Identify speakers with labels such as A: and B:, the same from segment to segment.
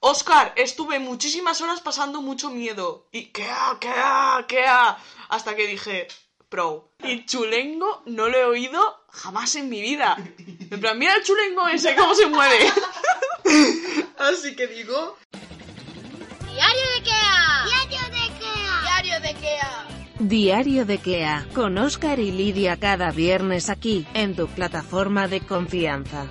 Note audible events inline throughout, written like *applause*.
A: Oscar, estuve muchísimas horas pasando mucho miedo. Y qué, qué, qué. Hasta que dije, pro. Y chulengo no lo he oído jamás en mi vida. En plan, mira el chulengo ese, cómo se mueve. *laughs* Así que digo,
B: Diario de Kea. Diario de Kea. Diario de Kea.
C: Diario de Kea, con Oscar y Lidia cada viernes aquí, en tu plataforma de confianza.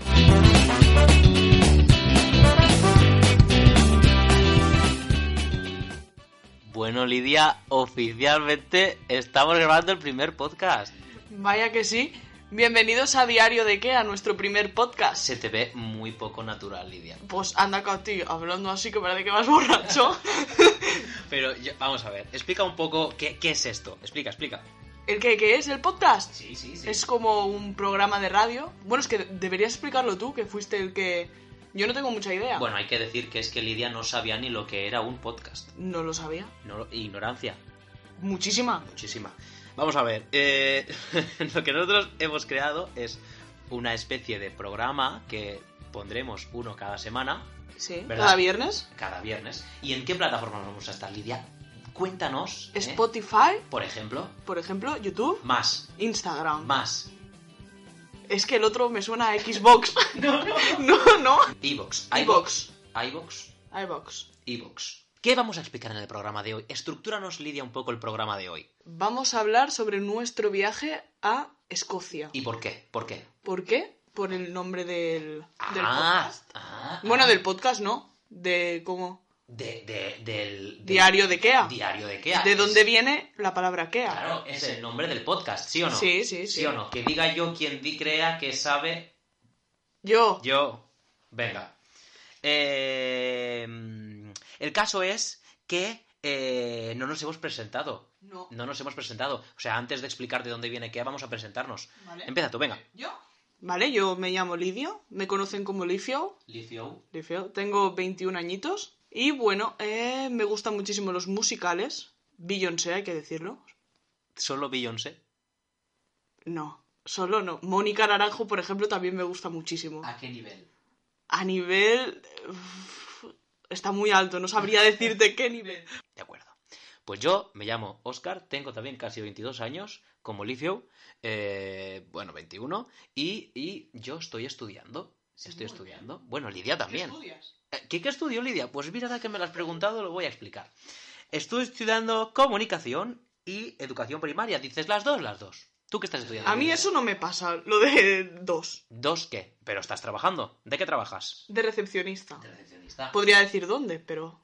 D: Bueno, Lidia, oficialmente estamos grabando el primer podcast.
A: vaya que sí. Bienvenidos a Diario de Kea, nuestro primer podcast.
D: Se te ve muy poco natural, Lidia.
A: Pues anda, Katy, hablando así que parece que vas borracho.
D: Pero yo- vamos a ver, explica un poco qué, qué es esto. Explica, explica.
A: ¿El qué, qué es? ¿El podcast?
D: Sí, sí,
A: Es como un programa de radio. Bueno, es que deberías explicarlo tú, que fuiste el que... Yo no tengo mucha idea.
D: Bueno, hay que decir que es que Lidia no sabía ni lo que era un podcast.
A: No lo sabía.
D: No- ignorancia,
A: Muchísima.
D: muchísima. Vamos a ver, eh, *laughs* lo que nosotros hemos creado es una especie de programa que pondremos uno cada semana,
A: Sí.
D: ¿Verdad?
A: Cada viernes.
D: cada viernes. ¿Y en qué plataforma vamos a estar, Lidia? Cuéntanos. ¿eh?
A: Spotify,
D: Por ejemplo,
A: por ejemplo, YouTube,
D: más,
A: Instagram.
D: más,
A: Es que el otro me suena a
D: *laughs*
A: Xbox. no, no. no,
D: iVoox,
A: iVoox.
D: iVoox,
A: iVoox.
D: iVoox. ¿Qué vamos a explicar en el programa de hoy? Estructúranos, Lidia, un poco el programa de hoy.
A: Vamos a hablar sobre nuestro viaje a Escocia.
D: ¿Y por qué? ¿Por qué?
A: ¿Por qué? Por el nombre del, del
D: Ah,
A: podcast.
D: ah,
A: Bueno, del podcast no. De cómo.
D: de- de- del, del-
A: Diario de Kea.
D: Diario de Kea.
A: ¿De
D: Es-
A: dónde viene la palabra Kea?
D: Claro, es el nombre del podcast, ¿sí o no?
A: Sí, sí, sí.
D: o no? Que diga yo quien di crea que sabe
A: Yo.
D: Yo. Venga. Eh, el caso es que eh, no nos hemos presentado.
A: No.
D: No nos hemos presentado. O sea, antes de explicar de dónde viene qué, vamos a presentarnos.
A: Vale.
D: Empieza tú, venga.
A: ¿Yo? Vale, yo me llamo Lidio. Me conocen como Lifio. Lifio. Tengo 21 añitos. Y bueno, eh, me gustan muchísimo los musicales. Beyoncé, hay que decirlo.
D: Solo Beyoncé.
A: No, solo no. Mónica Naranjo, por ejemplo, también me gusta muchísimo.
D: qué nivel?
A: A nivel... uf, está muy alto, no
D: *laughs*
A: sabría decirte qué nivel.
D: De acuerdo. Pues yo me llamo Oscar, tengo también casi 22 años, como Licio, eh, bueno, 21, y, y yo estoy estudiando. Estoy estudiando. Bueno, Lidia también. Eh, ¿Qué, qué estudio, Lidia? Pues mira, ahora que me lo has preguntado, lo voy a explicar. Estoy estudiando comunicación y educación primaria. Dices las dos, las dos. ¿Tú qué estás estudiando?
A: A mí
D: Lidia?
A: eso no me pasa, lo de dos,
D: ¿Dos qué? Pero estás trabajando. ¿De qué trabajas? Pues,
A: de recepcionista.
D: recepcionista.
A: Podría decir dónde, *laughs* pero...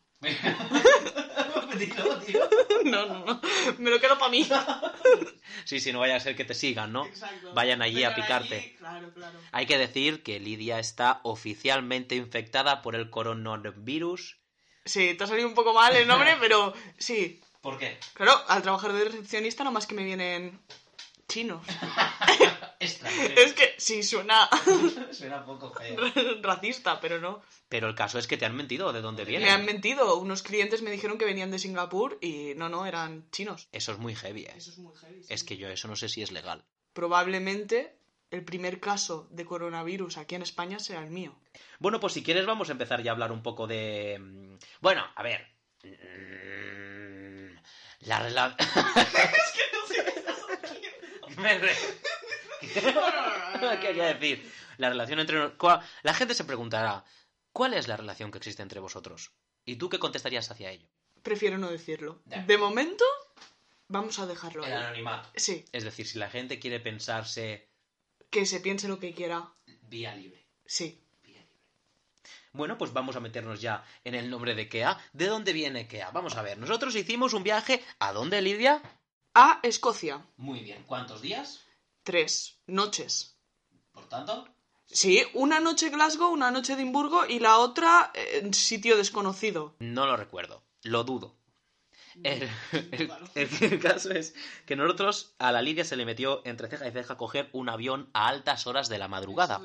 A: No, no, no. Me lo quedo para mí.
D: Sí, sí, no vaya a ser que te sigan, ¿no? Vayan allí a picarte.
A: claro, claro.
D: Hay que decir que Lidia está oficialmente infectada por el coronavirus.
A: Sí, te ha salido un poco mal el nombre, pero sí.
D: ¿Por qué?
A: Claro, al trabajar de recepcionista nomás que me vienen chinos.
D: *laughs*
A: Es que sí, suena
D: ¿eh?
A: *laughs*
D: Suena poco feo.
A: racista, pero no.
D: Pero el caso es que te han mentido de dónde
A: Me han
D: vienen.
A: mentido. Unos clientes me dijeron que venían de Singapur y no, no, eran chinos.
D: Eso es muy heavy, ¿eh?
A: es muy heavy.
D: Es que yo eso no sé si es legal.
A: Probablemente el primer caso de coronavirus aquí en España será el mío.
D: Bueno, pues si quieres vamos a empezar ya a hablar un poco de... mm, Bueno, a ver... Mm, La rela... *laughs* Me re- *laughs* Quería decir, la relación entre... cua- La gente se preguntará, ¿cuál es la relación que existe entre vosotros? ¿Y tú qué contestarías hacia ello?
A: Prefiero no decirlo.
D: Ya.
A: De momento, vamos a dejarlo ahí.
D: anonimato.
A: Sí,
D: Es decir, si la gente quiere pensarse
A: que se piense lo que quiera.
D: vía libre.
A: Sí.
D: Bueno, pues vamos a meternos ya en el nombre de Kea. ¿De dónde viene Kea? Vamos a ver, nosotros hicimos un viaje... ¿A dónde, Lidia?
A: A Escocia.
D: Muy bien, ¿cuántos días?
A: Tres noches.
D: Por tanto,
A: Sí, una noche Glasgow, una noche Edimburgo y la otra eh, en sitio desconocido.
D: No lo recuerdo, lo dudo. *laughs* El, el- el caso es que nosotros a la Lidia se le metió entre ceja y ceja coger un avión a altas horas de la madrugada.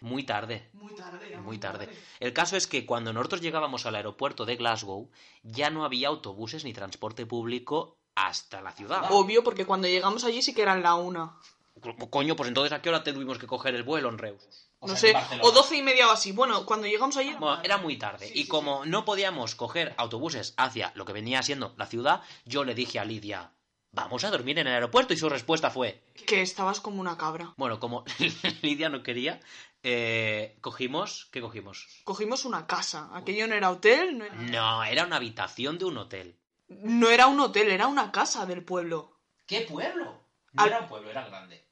D: Muy tarde,
A: Muy tarde.
D: muy tarde. El caso es que cuando nosotros llegábamos al aeropuerto de Glasgow ya no había autobuses ni transporte público hasta la ciudad.
A: Ah, Obvio, porque cuando llegamos allí sí que eran la una.
D: Co- Coño, pues entonces ¿a qué hora tuvimos que coger el vuelo en Reus? O
A: no
D: sea,
A: sé,
D: en Barcelona.
A: o doce y media o así. Bueno, cuando llegamos ayer...
D: Bueno, era muy tarde. y como no podíamos coger autobuses hacia lo que venía siendo la ciudad, yo le dije a Lidia, vamos a dormir en el aeropuerto. Y su respuesta fue,
A: Que estabas como una cabra.
D: bueno, como *laughs* Lidia no quería, eh, cogimos, ¿qué cogimos?
A: Cogimos una casa. Aquello no era hotel, no era,
D: No, era una habitación de un hotel.
A: no era un hotel, era una casa del pueblo.
D: ¿Qué pueblo?
A: No era
D: un pueblo, era grande.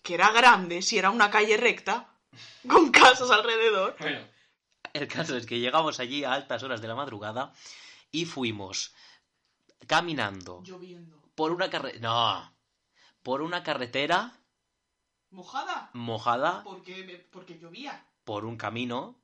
A: Que era grande, si era una calle recta, *laughs* con casas alrededor.
D: Bueno. El caso es que llegamos allí a altas horas de la madrugada y fuimos caminando
A: Lloviendo.
D: por una carretera... No, por una carretera
A: ¿Mojada?
D: mojada
A: Porque, porque llovía.
D: por un camino.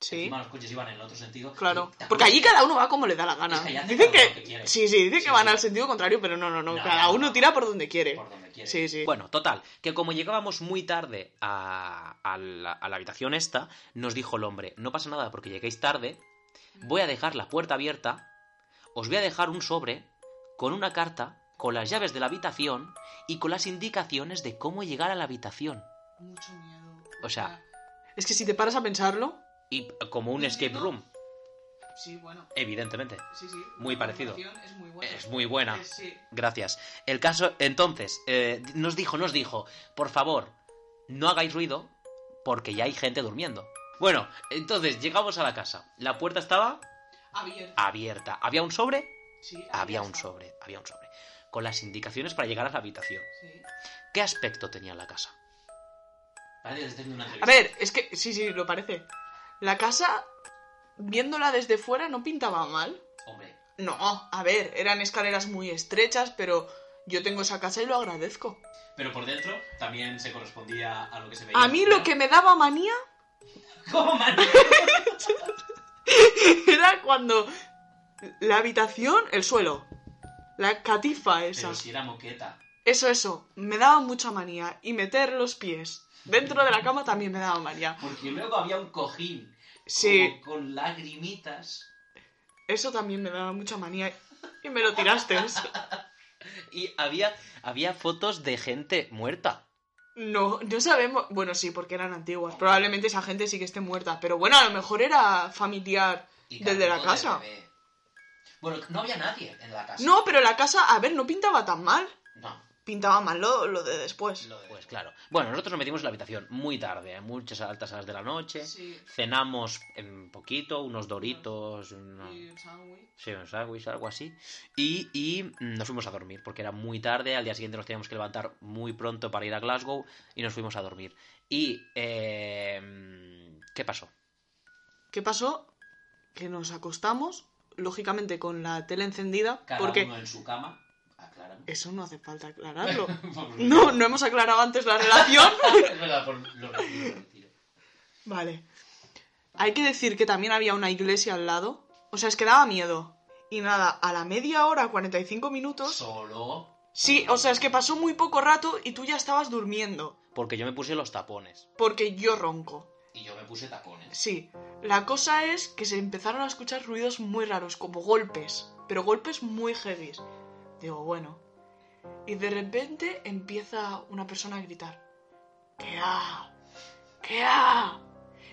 A: Sí.
D: los coches iban en el otro sentido.
A: Claro,
D: Y-
A: porque allí cada uno va como le da la gana.
D: Es que allá hace
A: Dicen
D: cada
A: que...
D: uno lo que quiere.
A: sí, sí, dicen
D: Sí,
A: que van
D: sí.
A: al sentido contrario, pero no, no, no,
D: No,
A: cada
D: no,
A: uno
D: no.
A: tira por donde quiere.
D: por donde quieres.
A: Sí, sí.
D: Bueno, total, que como llegábamos muy tarde a, a la, a la habitación esta, nos dijo el hombre, no pasa nada porque lleguéis tarde, voy a dejar la puerta abierta, os voy a dejar un sobre con una carta, con las llaves de la habitación y con las indicaciones de cómo llegar a la habitación.
A: Mucho miedo.
D: O sea-
A: es que si te paras a pensarlo,
D: Y eh, como un escape room,
A: sí, bueno,
D: evidentemente.
A: sí, sí.
D: Muy parecido.
A: Es muy buena. Eh,
D: Es muy buena.
A: Sí.
D: Gracias. El caso, entonces, eh, nos dijo, nos dijo, por favor, no hagáis ruido porque ya hay gente durmiendo. Bueno, entonces llegamos a la casa. La puerta estaba
A: Abierto.
D: abierta. ¿Había un sobre? Ah, Había un sobre, había un sobre. Con las indicaciones para llegar a la habitación. ¿Qué aspecto tenía la casa?
A: A ver, es que sí, sí, lo parece. La casa, viéndola desde fuera, no pintaba mal.
D: Hombre,
A: No, a ver, eran escaleras muy estrechas, pero yo tengo esa casa y lo agradezco.
D: pero por dentro también se correspondía a lo que se veía.
A: A mí lo que me daba manía
D: *laughs*
A: *laughs*
D: ¿Cómo,
A: era cuando la habitación, el suelo, la catifa esa.
D: era moqueta.
A: Eso, eso, me daba mucha manía. Y meter los pies dentro de la cama también me daba manía.
D: Porque luego había un cojín
A: Sí,
D: con lagrimitas
A: eso también me daba mucha manía. Y me lo tiraste.
D: Y había, había fotos de gente muerta.
A: No, no sabemos. Bueno, sí, porque eran antiguas. Probablemente esa gente sí que esté muerta. Pero bueno, a lo mejor era familiar del de la casa.
D: Bueno, no había nadie en la casa.
A: No, pero la casa, a ver, no pintaba tan mal.
D: No,
A: Pintaba mal lo, lo de después.
D: pues claro. Bueno, nosotros nos metimos en la habitación muy tarde, a muchas altas horas de la noche. Cenamos en poquito, unos doritos, una- sí, un sándwich, algo así. Y, y nos fuimos a dormir, porque era muy tarde. Al día siguiente nos teníamos que levantar muy pronto para ir a Glasgow y nos fuimos a dormir. ¿Y eh, qué pasó?
A: ¿Qué pasó? Que nos acostamos, lógicamente con la tele encendida, porque
D: en su cama. Aclaramos.
A: eso no hace falta aclararlo. No, no hemos aclarado antes la relación.
D: es verdad, por lo retiro, lo retiro.
A: Vale. Hay que decir que también había una iglesia al lado. O sea, es que daba miedo. Y nada, a la media hora, 45 minutos.
D: Solo.
A: Sí, o sea, es que pasó muy poco rato y tú ya estabas durmiendo.
D: Porque yo me puse los tapones.
A: Porque yo ronco.
D: Y yo me puse tacones.
A: Sí. La cosa es que se empezaron a escuchar ruidos muy raros, como golpes. Pero golpes muy heavy. Digo, bueno. Y de repente empieza una persona a gritar. ¡Qué ah! ¡Qué ah!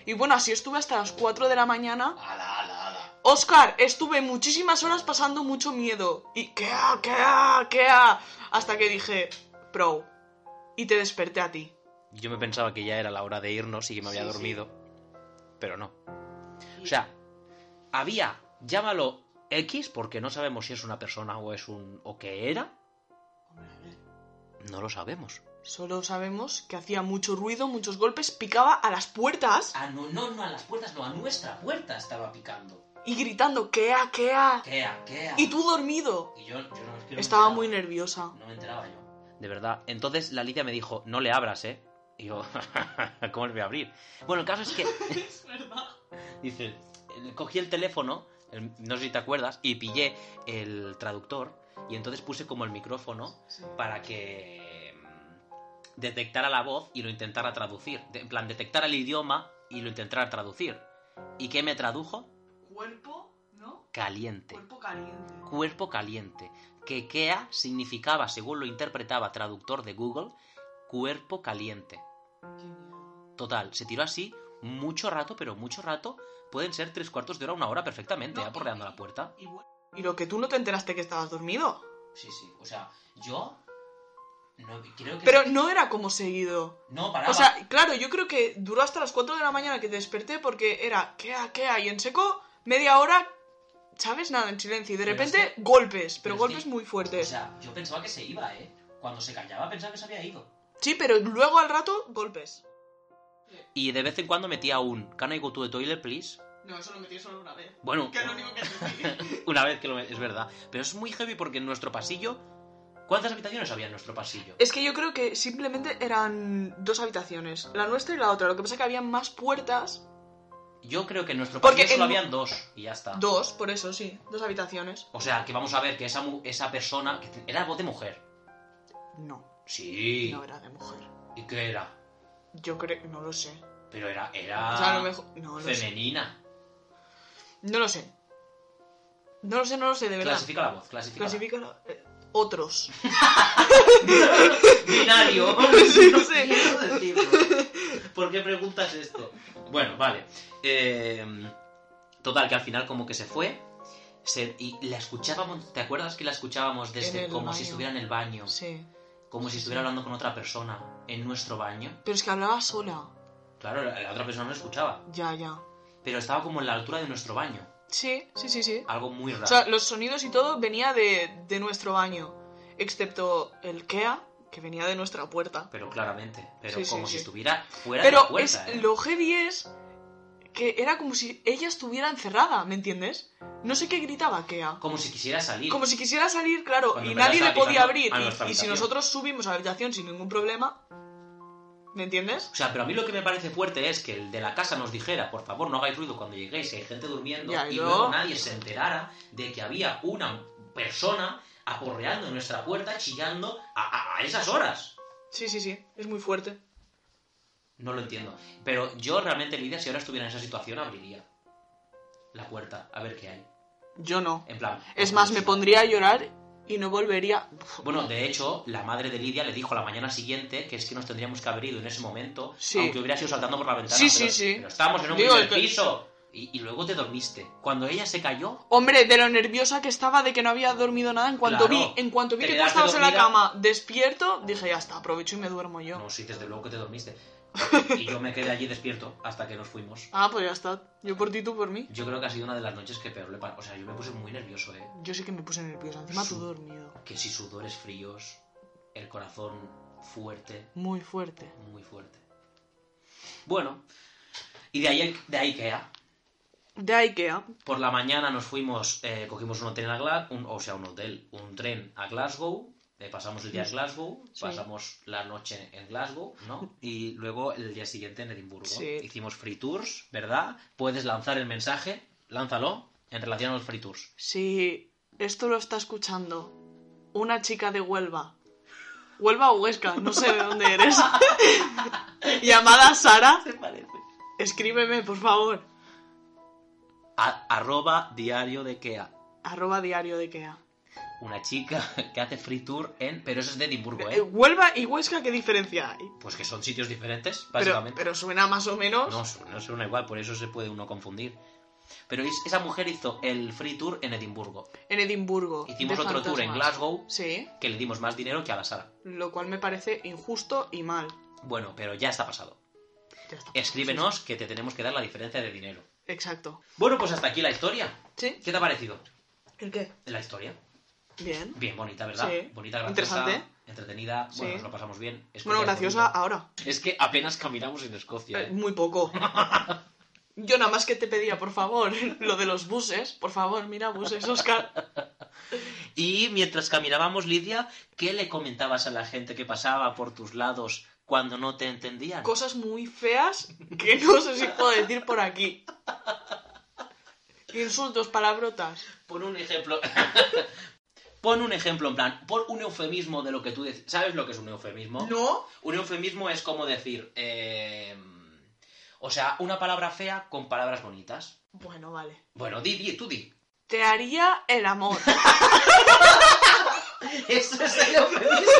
A: Y bueno, así estuve hasta las 4 de la mañana.
D: Ala, ala, ala.
A: Oscar, estuve muchísimas horas pasando mucho miedo. Y qué ah, qué ah, qué ah. Hasta que dije, pro. Y te desperté a ti.
D: Yo me pensaba que ya era la hora de irnos y que me había
A: Sí, sí.
D: dormido. Pero no. O sea, había, llámalo X, porque no sabemos si es una persona o es un. o qué era. No lo sabemos.
A: Solo sabemos que hacía mucho ruido, muchos golpes, picaba a las puertas
D: Ah, no, no, no, a las puertas, no, a nuestra puerta estaba picando.
A: y gritando, ¿qué ah, qué ah?
D: Kea, Kea.
A: Y tú dormido.
D: Y yo, yo no, es que no
A: Estaba
D: me enteraba.
A: muy nerviosa.
D: No me enteraba yo. De verdad. Entonces la Lidia me dijo, no le abras, ¿eh? Y yo, *laughs* ¿cómo le voy a abrir? Bueno, el caso *laughs* es que,
A: Es verdad.
D: dice, eh, cogí el teléfono, el- no sé si te acuerdas, y pillé el traductor y entonces puse como el micrófono para que mm, detectara la voz y lo intentara traducir. De- En plan, detectara el idioma y lo intentara traducir. ¿Y qué me tradujo?
A: Cuerpo, ¿no?
D: Caliente.
A: caliente.
D: Cuerpo caliente, que Kea significaba, según lo interpretaba traductor de Google, cuerpo caliente. Total, se tiró así mucho rato, pero mucho rato. Pueden ser tres cuartos de hora, una hora perfectamente,
A: No,
D: ya porreando la puerta.
A: Y, bueno, y lo que tú no te enteraste que estabas dormido.
D: Sí, sí. O sea, yo. No, creo que.
A: Pero no era como seguido.
D: No, paraba.
A: O sea, claro, yo creo que duró hasta las 4 de la mañana que te desperté porque era, ¿qué ha, qué ha? Y en seco, media hora, ¿sabes? Nada, en silencio. Y de
D: Pero
A: repente,
D: es que-
A: golpes, pero,
D: pero es
A: golpes
D: que-
A: muy
D: O
A: fuertes.
D: sea, yo pensaba que se iba, ¿eh? Cuando se callaba pensaba que se había ido.
A: sí, pero luego al rato, golpes.
D: Y de vez en cuando metía un Can I go to the toilet, please?
A: No, eso lo metí solo una vez. *laughs*
D: Bueno,
A: único que te
D: una vez que lo... Es verdad. Pero es muy heavy porque en nuestro pasillo... ¿Cuántas habitaciones había en nuestro pasillo?
A: *laughs* Es que yo creo que simplemente eran dos habitaciones, la nuestra y la otra. Lo que pasa es que había más puertas.
D: Yo creo que en nuestro
A: Porque
D: pasillo solo
A: en-
D: habían dos y ya está.
A: Dos, por eso, sí. Dos habitaciones.
D: O sea, que vamos a ver que esa, mu- esa persona... Que te- era voz de mujer.
A: No,
D: Sí.
A: no era de mujer.
D: ¿Y qué era?
A: Yo creo, no lo sé.
D: Pero era... era...
A: O sea, a lo mejor. No lo sé.
D: Femenina.
A: No lo sé. No lo sé, no lo sé, de verdad.
D: Clasifica la voz, clasifica.
A: Clasifícalo, eh,
D: *laughs*
A: otros. *laughs*
D: Binario. *laughs*
A: Sí,
D: no
A: sí.
D: quiero
A: *laughs*
D: decirlo. ¿Por qué preguntas esto? Bueno, vale. Eh, total, que al final como que se fue. se- y la escuchábamos, ¿te acuerdas que la escuchábamos
A: En
D: desde
A: el
D: como si
A: baño.
D: estuviera en el baño?
A: Sí.
D: Como si estuviera hablando con otra persona en nuestro baño.
A: Pero es que hablaba sola.
D: Claro, la, la otra persona no escuchaba.
A: Ya, ya.
D: Pero estaba como en la altura de nuestro baño.
A: Sí, sí, sí, sí.
D: Algo muy raro.
A: O sea, los sonidos y todo venía de, de nuestro baño. Excepto el KEA, que venía de nuestra puerta.
D: pero claramente. Pero
A: Sí, sí,
D: como si
A: sí.
D: estuviera fuera de
A: Pero
D: la puerta.
A: es,
D: ¿eh?
A: lo heavy es que era como si ella estuviera encerrada, ¿me entiendes? No sé qué gritaba KEA.
D: Como si quisiera salir.
A: Como si quisiera salir, claro,
D: Cuando
A: y
D: me
A: nadie
D: la
A: le
D: estaba
A: podía abrir. Y-
D: picando a nuestra
A: Y, si
D: habitación.
A: nosotros subimos a la habitación sin ningún problema, ¿me entiendes?
D: O sea, pero a mí lo que me parece fuerte es que el de la casa nos dijera, por favor, no hagáis ruido cuando lleguéis, si hay gente durmiendo,
A: Ya, y
D: y
A: luego-
D: luego nadie se enterara de que había una persona aporreando en nuestra puerta, chillando a, a- a esas horas.
A: Sí, sí, sí, es muy fuerte.
D: No lo entiendo. Pero yo realmente, Lidia, si ahora estuviera en esa situación, abriría la puerta a ver qué hay.
A: Yo no.
D: En plan...
A: Es más, me pondría a llorar y no volvería.
D: Bueno, de hecho, la madre de Lidia le dijo a la mañana siguiente que es que nos tendríamos que haber ido en ese momento,
A: Sí.
D: aunque hubiera sido saltando por la ventana.
A: Sí, sí,
D: pero-
A: sí.
D: Pero estábamos en un
A: Digo,
D: primer
A: que-
D: piso. Y, y luego te dormiste. Cuando ella se cayó,
A: Hombre, de lo nerviosa que estaba de que no había dormido nada, en cuanto
D: Claro.
A: vi, en cuanto vi
D: Te
A: que tú
D: quedaste
A: estabas en la
D: dormida.
A: cama despierto, dije, ya está, aprovecho y me duermo yo.
D: No, sí, desde luego que te dormiste. Y yo me quedé allí despierto hasta que nos fuimos.
A: Ah, pues ya está. Yo por ti, tú por mí.
D: Yo creo que ha sido una de las noches que peor le pasó. O sea, yo me puse muy nervioso, ¿eh?
A: Yo sí que me puse nerviosa, encima tú
D: Sí.
A: dormido.
D: Que si sudores fríos, el corazón fuerte,
A: Muy fuerte.
D: muy fuerte. Bueno, y de ahí, de ahí que ya.
A: De Ikea.
D: Por la mañana nos fuimos, eh, cogimos un hotel a Glasgow, o sea, un hotel, un tren a Glasgow, eh, pasamos el día en Glasgow,
A: Sí.
D: pasamos la noche en Glasgow, ¿no? Y luego el día siguiente en Edimburgo.
A: Sí.
D: Hicimos free tours, ¿verdad? Puedes lanzar el mensaje, lánzalo, en relación a los
A: *laughs*
D: free tours.
A: Si esto lo está escuchando una chica de Huelva, Huelva o Huesca, no sé de dónde eres, *laughs* llamada Sara,
D: ¿Te parece?
A: escríbeme, por favor.
D: arroba diario de Kea.
A: Arroba diario de Ikea.
D: Una chica *laughs* que hace free tour en... Pero eso es de Edimburgo,
A: Eh,
D: ¿eh?
A: Huelva y Huesca, ¿qué diferencia hay?
D: Pues que son sitios diferentes,
A: Pero,
D: básicamente.
A: pero suena más o menos.
D: No, su- no suena igual, por eso se puede uno confundir. Pero es- esa mujer hizo el free tour en Edimburgo.
A: en Edimburgo.
D: Hicimos
A: de
D: otro tour en
A: fantasmas.
D: Glasgow,
A: Sí,
D: que le dimos más dinero que a la sala.
A: lo cual me parece injusto y mal.
D: Bueno, pero ya está pasado.
A: Ya está.
D: Escríbenos que te tenemos que dar la diferencia de dinero.
A: Exacto.
D: Bueno, pues hasta aquí la historia.
A: ¿Sí?
D: ¿Qué te ha parecido
A: ¿El qué?
D: la historia?
A: Bien.
D: Bien, bonita, ¿verdad?
A: Sí.
D: Bonita, graciosa,
A: Interesante.
D: entretenida. Bueno,
A: Sí.
D: nos lo pasamos bien. Es
A: Bueno,
D: Escocia,
A: graciosa
D: bonito.
A: ahora.
D: Es que apenas caminamos en Escocia.
A: Eh,
D: ¿eh?
A: Muy poco. *laughs* Yo nada más que te pedía, por favor, *laughs* lo de los buses. Por favor, mira, buses, Oscar.
D: Y mientras caminábamos, Lidia, ¿qué le comentabas a la gente que pasaba por tus lados cuando no te entendían?
A: Cosas muy feas que no sé si puedo decir por aquí. Insultos, palabrotas.
D: Pon un ejemplo. *laughs* pon un ejemplo, en plan, pon un eufemismo de lo que tú dices. ¿Sabes lo que es un eufemismo?
A: ¿No?
D: Un eufemismo es como decir. eh, o sea, una palabra fea con palabras bonitas.
A: Bueno, vale.
D: Bueno, di, di, tú di. *laughs*
A: Te haría el amor.
D: Eso es el eufemismo.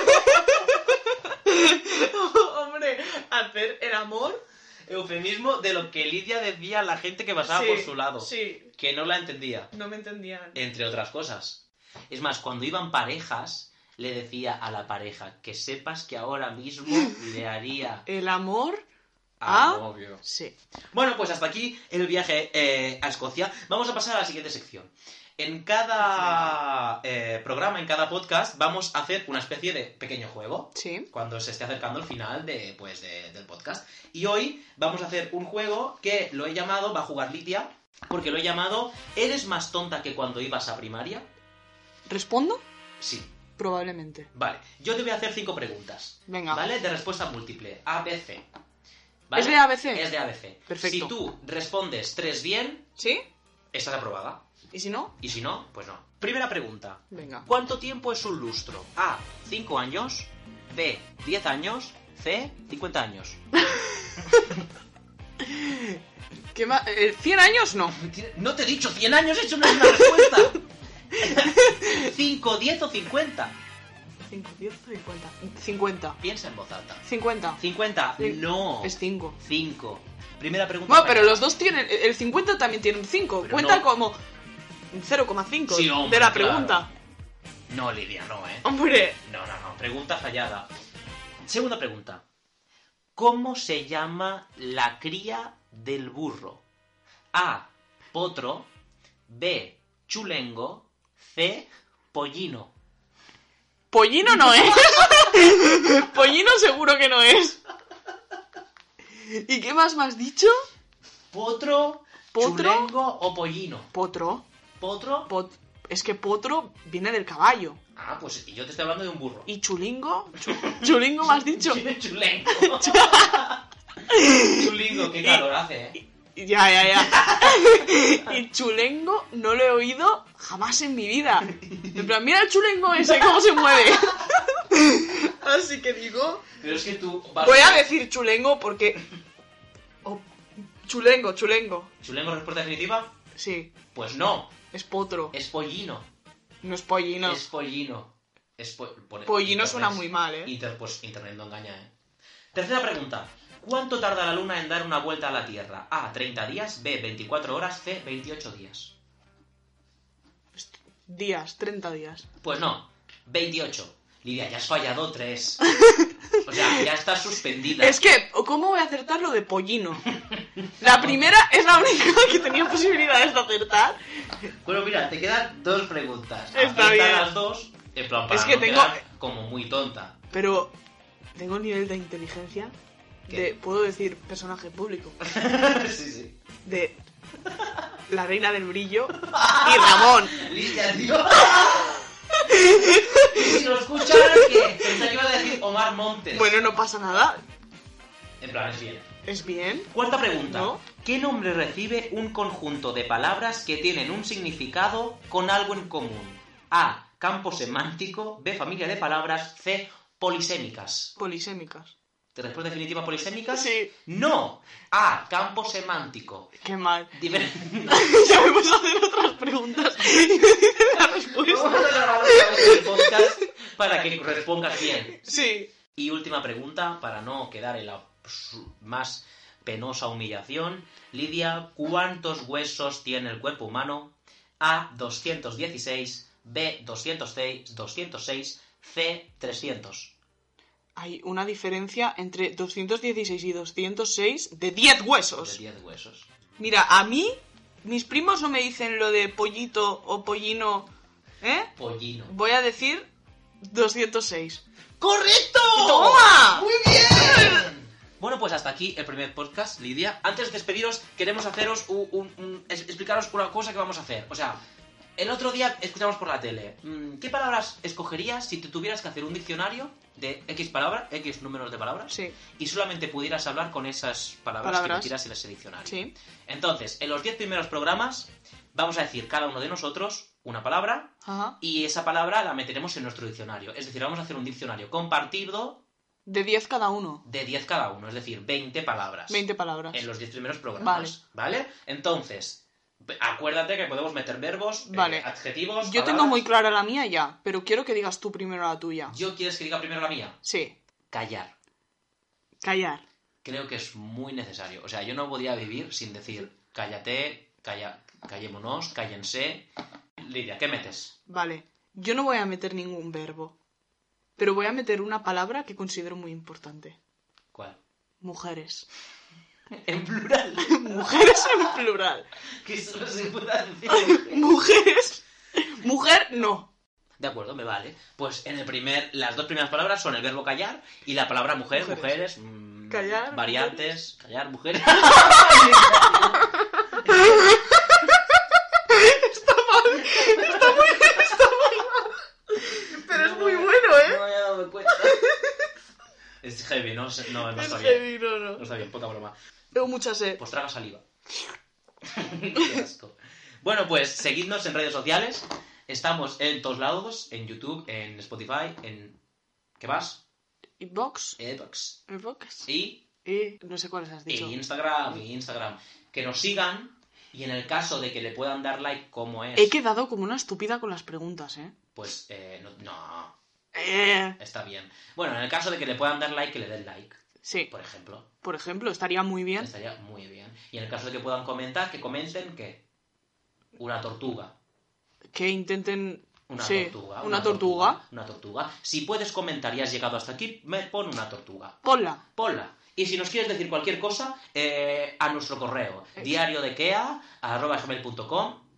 A: Hombre, hacer el amor
D: Eufemismo de lo que Lidia decía a la gente que pasaba
A: Sí,
D: por su lado.
A: Sí,
D: Que no la entendía.
A: no me entendían.
D: Entre otras cosas. Es más, cuando iban parejas, le decía a la pareja que sepas que ahora mismo le haría
A: El amor,
D: a
A: Ah.
D: novio.
A: sí.
D: Bueno, pues hasta aquí el viaje eh, a Escocia. Vamos a pasar a la siguiente sección. En cada eh, programa, en cada podcast, vamos a hacer una especie de pequeño juego
A: Sí.
D: cuando se esté acercando el final de, pues, de- del podcast. Y hoy vamos a hacer un juego que lo he llamado, va a jugar Lidia, porque lo he llamado ¿Eres más tonta que cuando ibas a primaria?
A: ¿Respondo?
D: Sí.
A: Probablemente.
D: Vale, yo te voy a hacer cinco preguntas.
A: Venga.
D: ¿Vale? De respuesta múltiple. A, B, C. ¿Vale?
A: ¿Es de ABC?
D: Es de ABC.
A: Perfecto.
D: Si tú respondes tres bien,
A: ¿Sí?
D: estás aprobada.
A: ¿Y si no?
D: Y si no, pues no. Primera pregunta.
A: Venga.
D: ¿Cuánto tiempo es un lustro? A. 5 años. B. 10 años. C. 50 años.
A: ¿Qué más? Eh, ¿100 años? No.
D: No te he dicho 100 años, eso no es una respuesta. *laughs* 5, 10 o 50.
A: 5, 10, 50. 50.
D: Piensa en voz alta.
A: 50.
D: 50.
A: Sí.
D: No.
A: Es 5.
D: 5. Primera pregunta.
A: Bueno, pero
D: fallada.
A: los dos tienen. El 50 también tiene un 5.
D: Pero
A: Cuenta
D: no.
A: como 0,5
D: Sí, hombre,
A: de la
D: claro.
A: pregunta.
D: No, Lidia, no, ¿eh?
A: Hombre,
D: No, no, no. Pregunta fallada. Segunda pregunta. ¿Cómo se llama la cría del burro? A. Potro. B. Chulengo. C. Pollino.
A: pollino no
D: *laughs*
A: es. pollino seguro que no es. ¿Y qué más me has dicho?
D: ¿Potro?
A: ¿Potro?
D: ¿Chulengo o pollino?
A: Potro.
D: ¿Potro?
A: Pot- es que potro viene del caballo.
D: Ah, pues yo te estoy hablando de un burro. *laughs*
A: ¿Y chulingo? Chu- chulingo me has dicho.
D: Chulengo.
A: *laughs*
D: Chulingo, qué calor hace, ¿eh?
A: Ya, ya, ya. *laughs* Y chulengo no lo he oído jamás en mi vida. En plan, mira el chulengo *laughs* ese, cómo se mueve. Así que digo.
D: Pero es que tú...
A: Voy a decir chulengo porque. o- chulengo, chulengo.
D: ¿Chulengo respuesta definitiva?
A: Sí,
D: Pues no.
A: es potro.
D: Es pollino.
A: No es pollino.
D: Es pollino. Es po- pone-
A: Pollino
D: Internet.
A: suena muy mal, ¿eh?
D: Inter- pues internet no engaña, ¿eh? Tercera pregunta. ¿Cuánto tarda la luna en dar una vuelta a la Tierra? A. 30 días. B. 24 horas. C. 28 días.
A: Días, 30 días.
D: Pues no. 28. Lidia, ya has fallado
A: *laughs*
D: tres. O sea, ya estás suspendida.
A: Es que, ¿cómo voy a acertar lo de pollino? La primera es la única que tenía posibilidades de acertar.
D: Bueno, mira, te quedan dos preguntas.
A: Está
D: Acepta
A: bien.
D: las dos. En plan, para
A: Es que
D: no
A: tengo-
D: quedar como muy tonta. *laughs*
A: Pero tengo nivel de inteligencia
D: ¿Qué?
A: de, puedo decir, personaje público.
D: sí, sí.
A: De la reina del brillo *laughs* y Ramón.
D: Lidia, tío. *laughs* Y si lo escucharas, ¿qué? Pensaba que iba a decir Omar Montes.
A: Bueno, no pasa nada.
D: En plan, es bien.
A: Es bien.
D: Cuarta pregunta.
A: ¿No?
D: ¿Qué nombre recibe un conjunto de palabras que tienen un significado con algo en común? A. Campo semántico. B. Familia de palabras. C. Polisémicas.
A: Polisémicas.
D: ¿Te respuesta definitiva polisémicas?
A: Sí.
D: No. A. Campo semántico.
A: Qué mal.
D: Diver-
A: *laughs* ya me puse a hacer otras *laughs* preguntas y me dices la
D: *laughs* Vamos
A: respuesta.
D: a grabar otra vez el podcast para que respondas bien.
A: Sí.
D: Y última pregunta, para no quedar en la psu- más penosa humillación. Lidia, ¿cuántos huesos tiene el cuerpo humano? A, 216, B, 206, 206, C, 300.
A: Hay una diferencia entre 216 y 206 de 10 huesos.
D: De 10 huesos.
A: Mira, a mí, mis primos no me dicen lo de pollito o pollino, ¿eh?
D: Pollino.
A: Voy a decir 206.
D: ¡Correcto!
A: ¡Toma!
D: ¡Muy bien! Bueno, pues hasta aquí el primer podcast, Lidia. Antes de despediros, queremos haceros un, un- un- es- explicaros una cosa que vamos a hacer. O sea, el otro día escuchamos por la tele. mm, ¿Qué palabras escogerías si te tuvieras que hacer un diccionario de X palabras, X números de palabras?
A: Sí,
D: Y solamente pudieras hablar con esas palabras, que
A: Palabras.
D: metieras en ese diccionario.
A: sí.
D: Entonces, en los 10 primeros programas, vamos a decir cada uno de nosotros una palabra
A: Ajá.
D: y esa palabra la meteremos en nuestro diccionario. Es decir, vamos a hacer un diccionario compartido
A: De 10 cada uno.
D: de 10 cada uno, es decir, 20 palabras
A: 20 palabras.
D: en los 10 primeros programas. Vale. Entonces, p- acuérdate que podemos meter verbos, eh,
A: Vale.
D: adjetivos.
A: Yo tengo
D: palabras.
A: muy clara la mía ya, pero quiero que digas tú primero la tuya.
D: ¿Yo quieres que diga primero la mía?
A: Sí.
D: Callar.
A: Callar.
D: creo que es muy necesario. O sea, yo no podía vivir sin decir, cállate, calla, callémonos, cállense. Lidia, ¿qué metes?
A: Vale, yo no voy a meter ningún verbo, pero voy a meter una palabra que considero muy importante. *laughs*
D: ¿Cuál?
A: Mujeres.
D: En plural. *laughs*
A: Mujeres en plural.
D: que solo se pueda decir.
A: Mujeres. Mujer no.
D: De acuerdo, me vale. Pues en el primer, las dos primeras palabras son el verbo callar y la palabra mujer,
A: Mujeres.
D: mujeres, mm,
A: Callar,
D: variantes, callar, mujeres.
A: *laughs* Pero es
D: No
A: muy
D: me-
A: bueno, ¿eh?
D: No me había dado cuenta. Es heavy, no, sé- no, no
A: Es
D: está bien.
A: heavy, no, no.
D: No está bien, poca broma.
A: Tengo eh. mucha sed.
D: Pues traga saliva. *laughs* Qué asco. Bueno, pues seguidnos en redes sociales. Estamos en todos lados, en YouTube, en Spotify, en... ¿Qué más?
A: ¿Y box?
D: Evox.
A: ¿Y box?
D: Y
A: Y no sé cuáles has
D: y
A: dicho.
D: Instagram, y Instagram. Que nos sigan y en el caso de que le puedan dar like como es,
A: He quedado como una estúpida con las preguntas, ¿eh?
D: pues eh, no, no,
A: Eh,
D: está bien. Bueno, en el caso de que le puedan dar like, que le den like,
A: Sí,
D: por ejemplo.
A: por ejemplo, estaría muy bien.
D: Estaría muy bien. Y en el caso de que puedan comentar, que comenten que una tortuga.
A: que intenten
D: Una
A: sí,
D: tortuga.
A: una, tortuga.
D: Una tortuga. Si puedes comentar y has llegado hasta aquí, me pon una tortuga.
A: Ponla.
D: Ponla. Y si nos quieres decir cualquier cosa, eh, a nuestro correo, diario de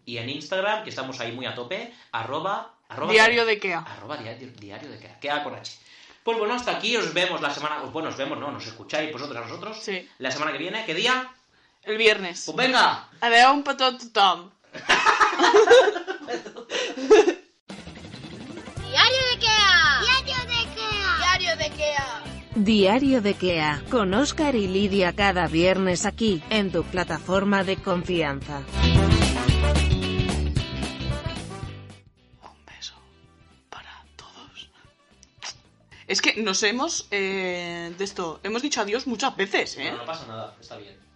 D: y en Instagram, que estamos ahí muy a tope, arroba, arroba
A: Diario de Kea.
D: arroba diario, diario de Kea, Kea con H. Pues bueno, hasta aquí os vemos la semana, bueno, nos vemos, no, nos escucháis vosotros a nosotros.
A: Sí.
D: La semana que viene, ¿qué día?
A: El viernes.
D: Pues venga.
A: Adeu, un petó a tothom.
B: Diario de Kea. Diario de Kea. Diario de Kea.
C: Diario de Kea, con Oscar y Lidia cada viernes aquí, en tu plataforma de confianza.
A: Un beso para todos. Es que nos hemos, eh, de esto, hemos dicho adiós muchas veces, ¿eh?
D: No, no pasa nada, está bien.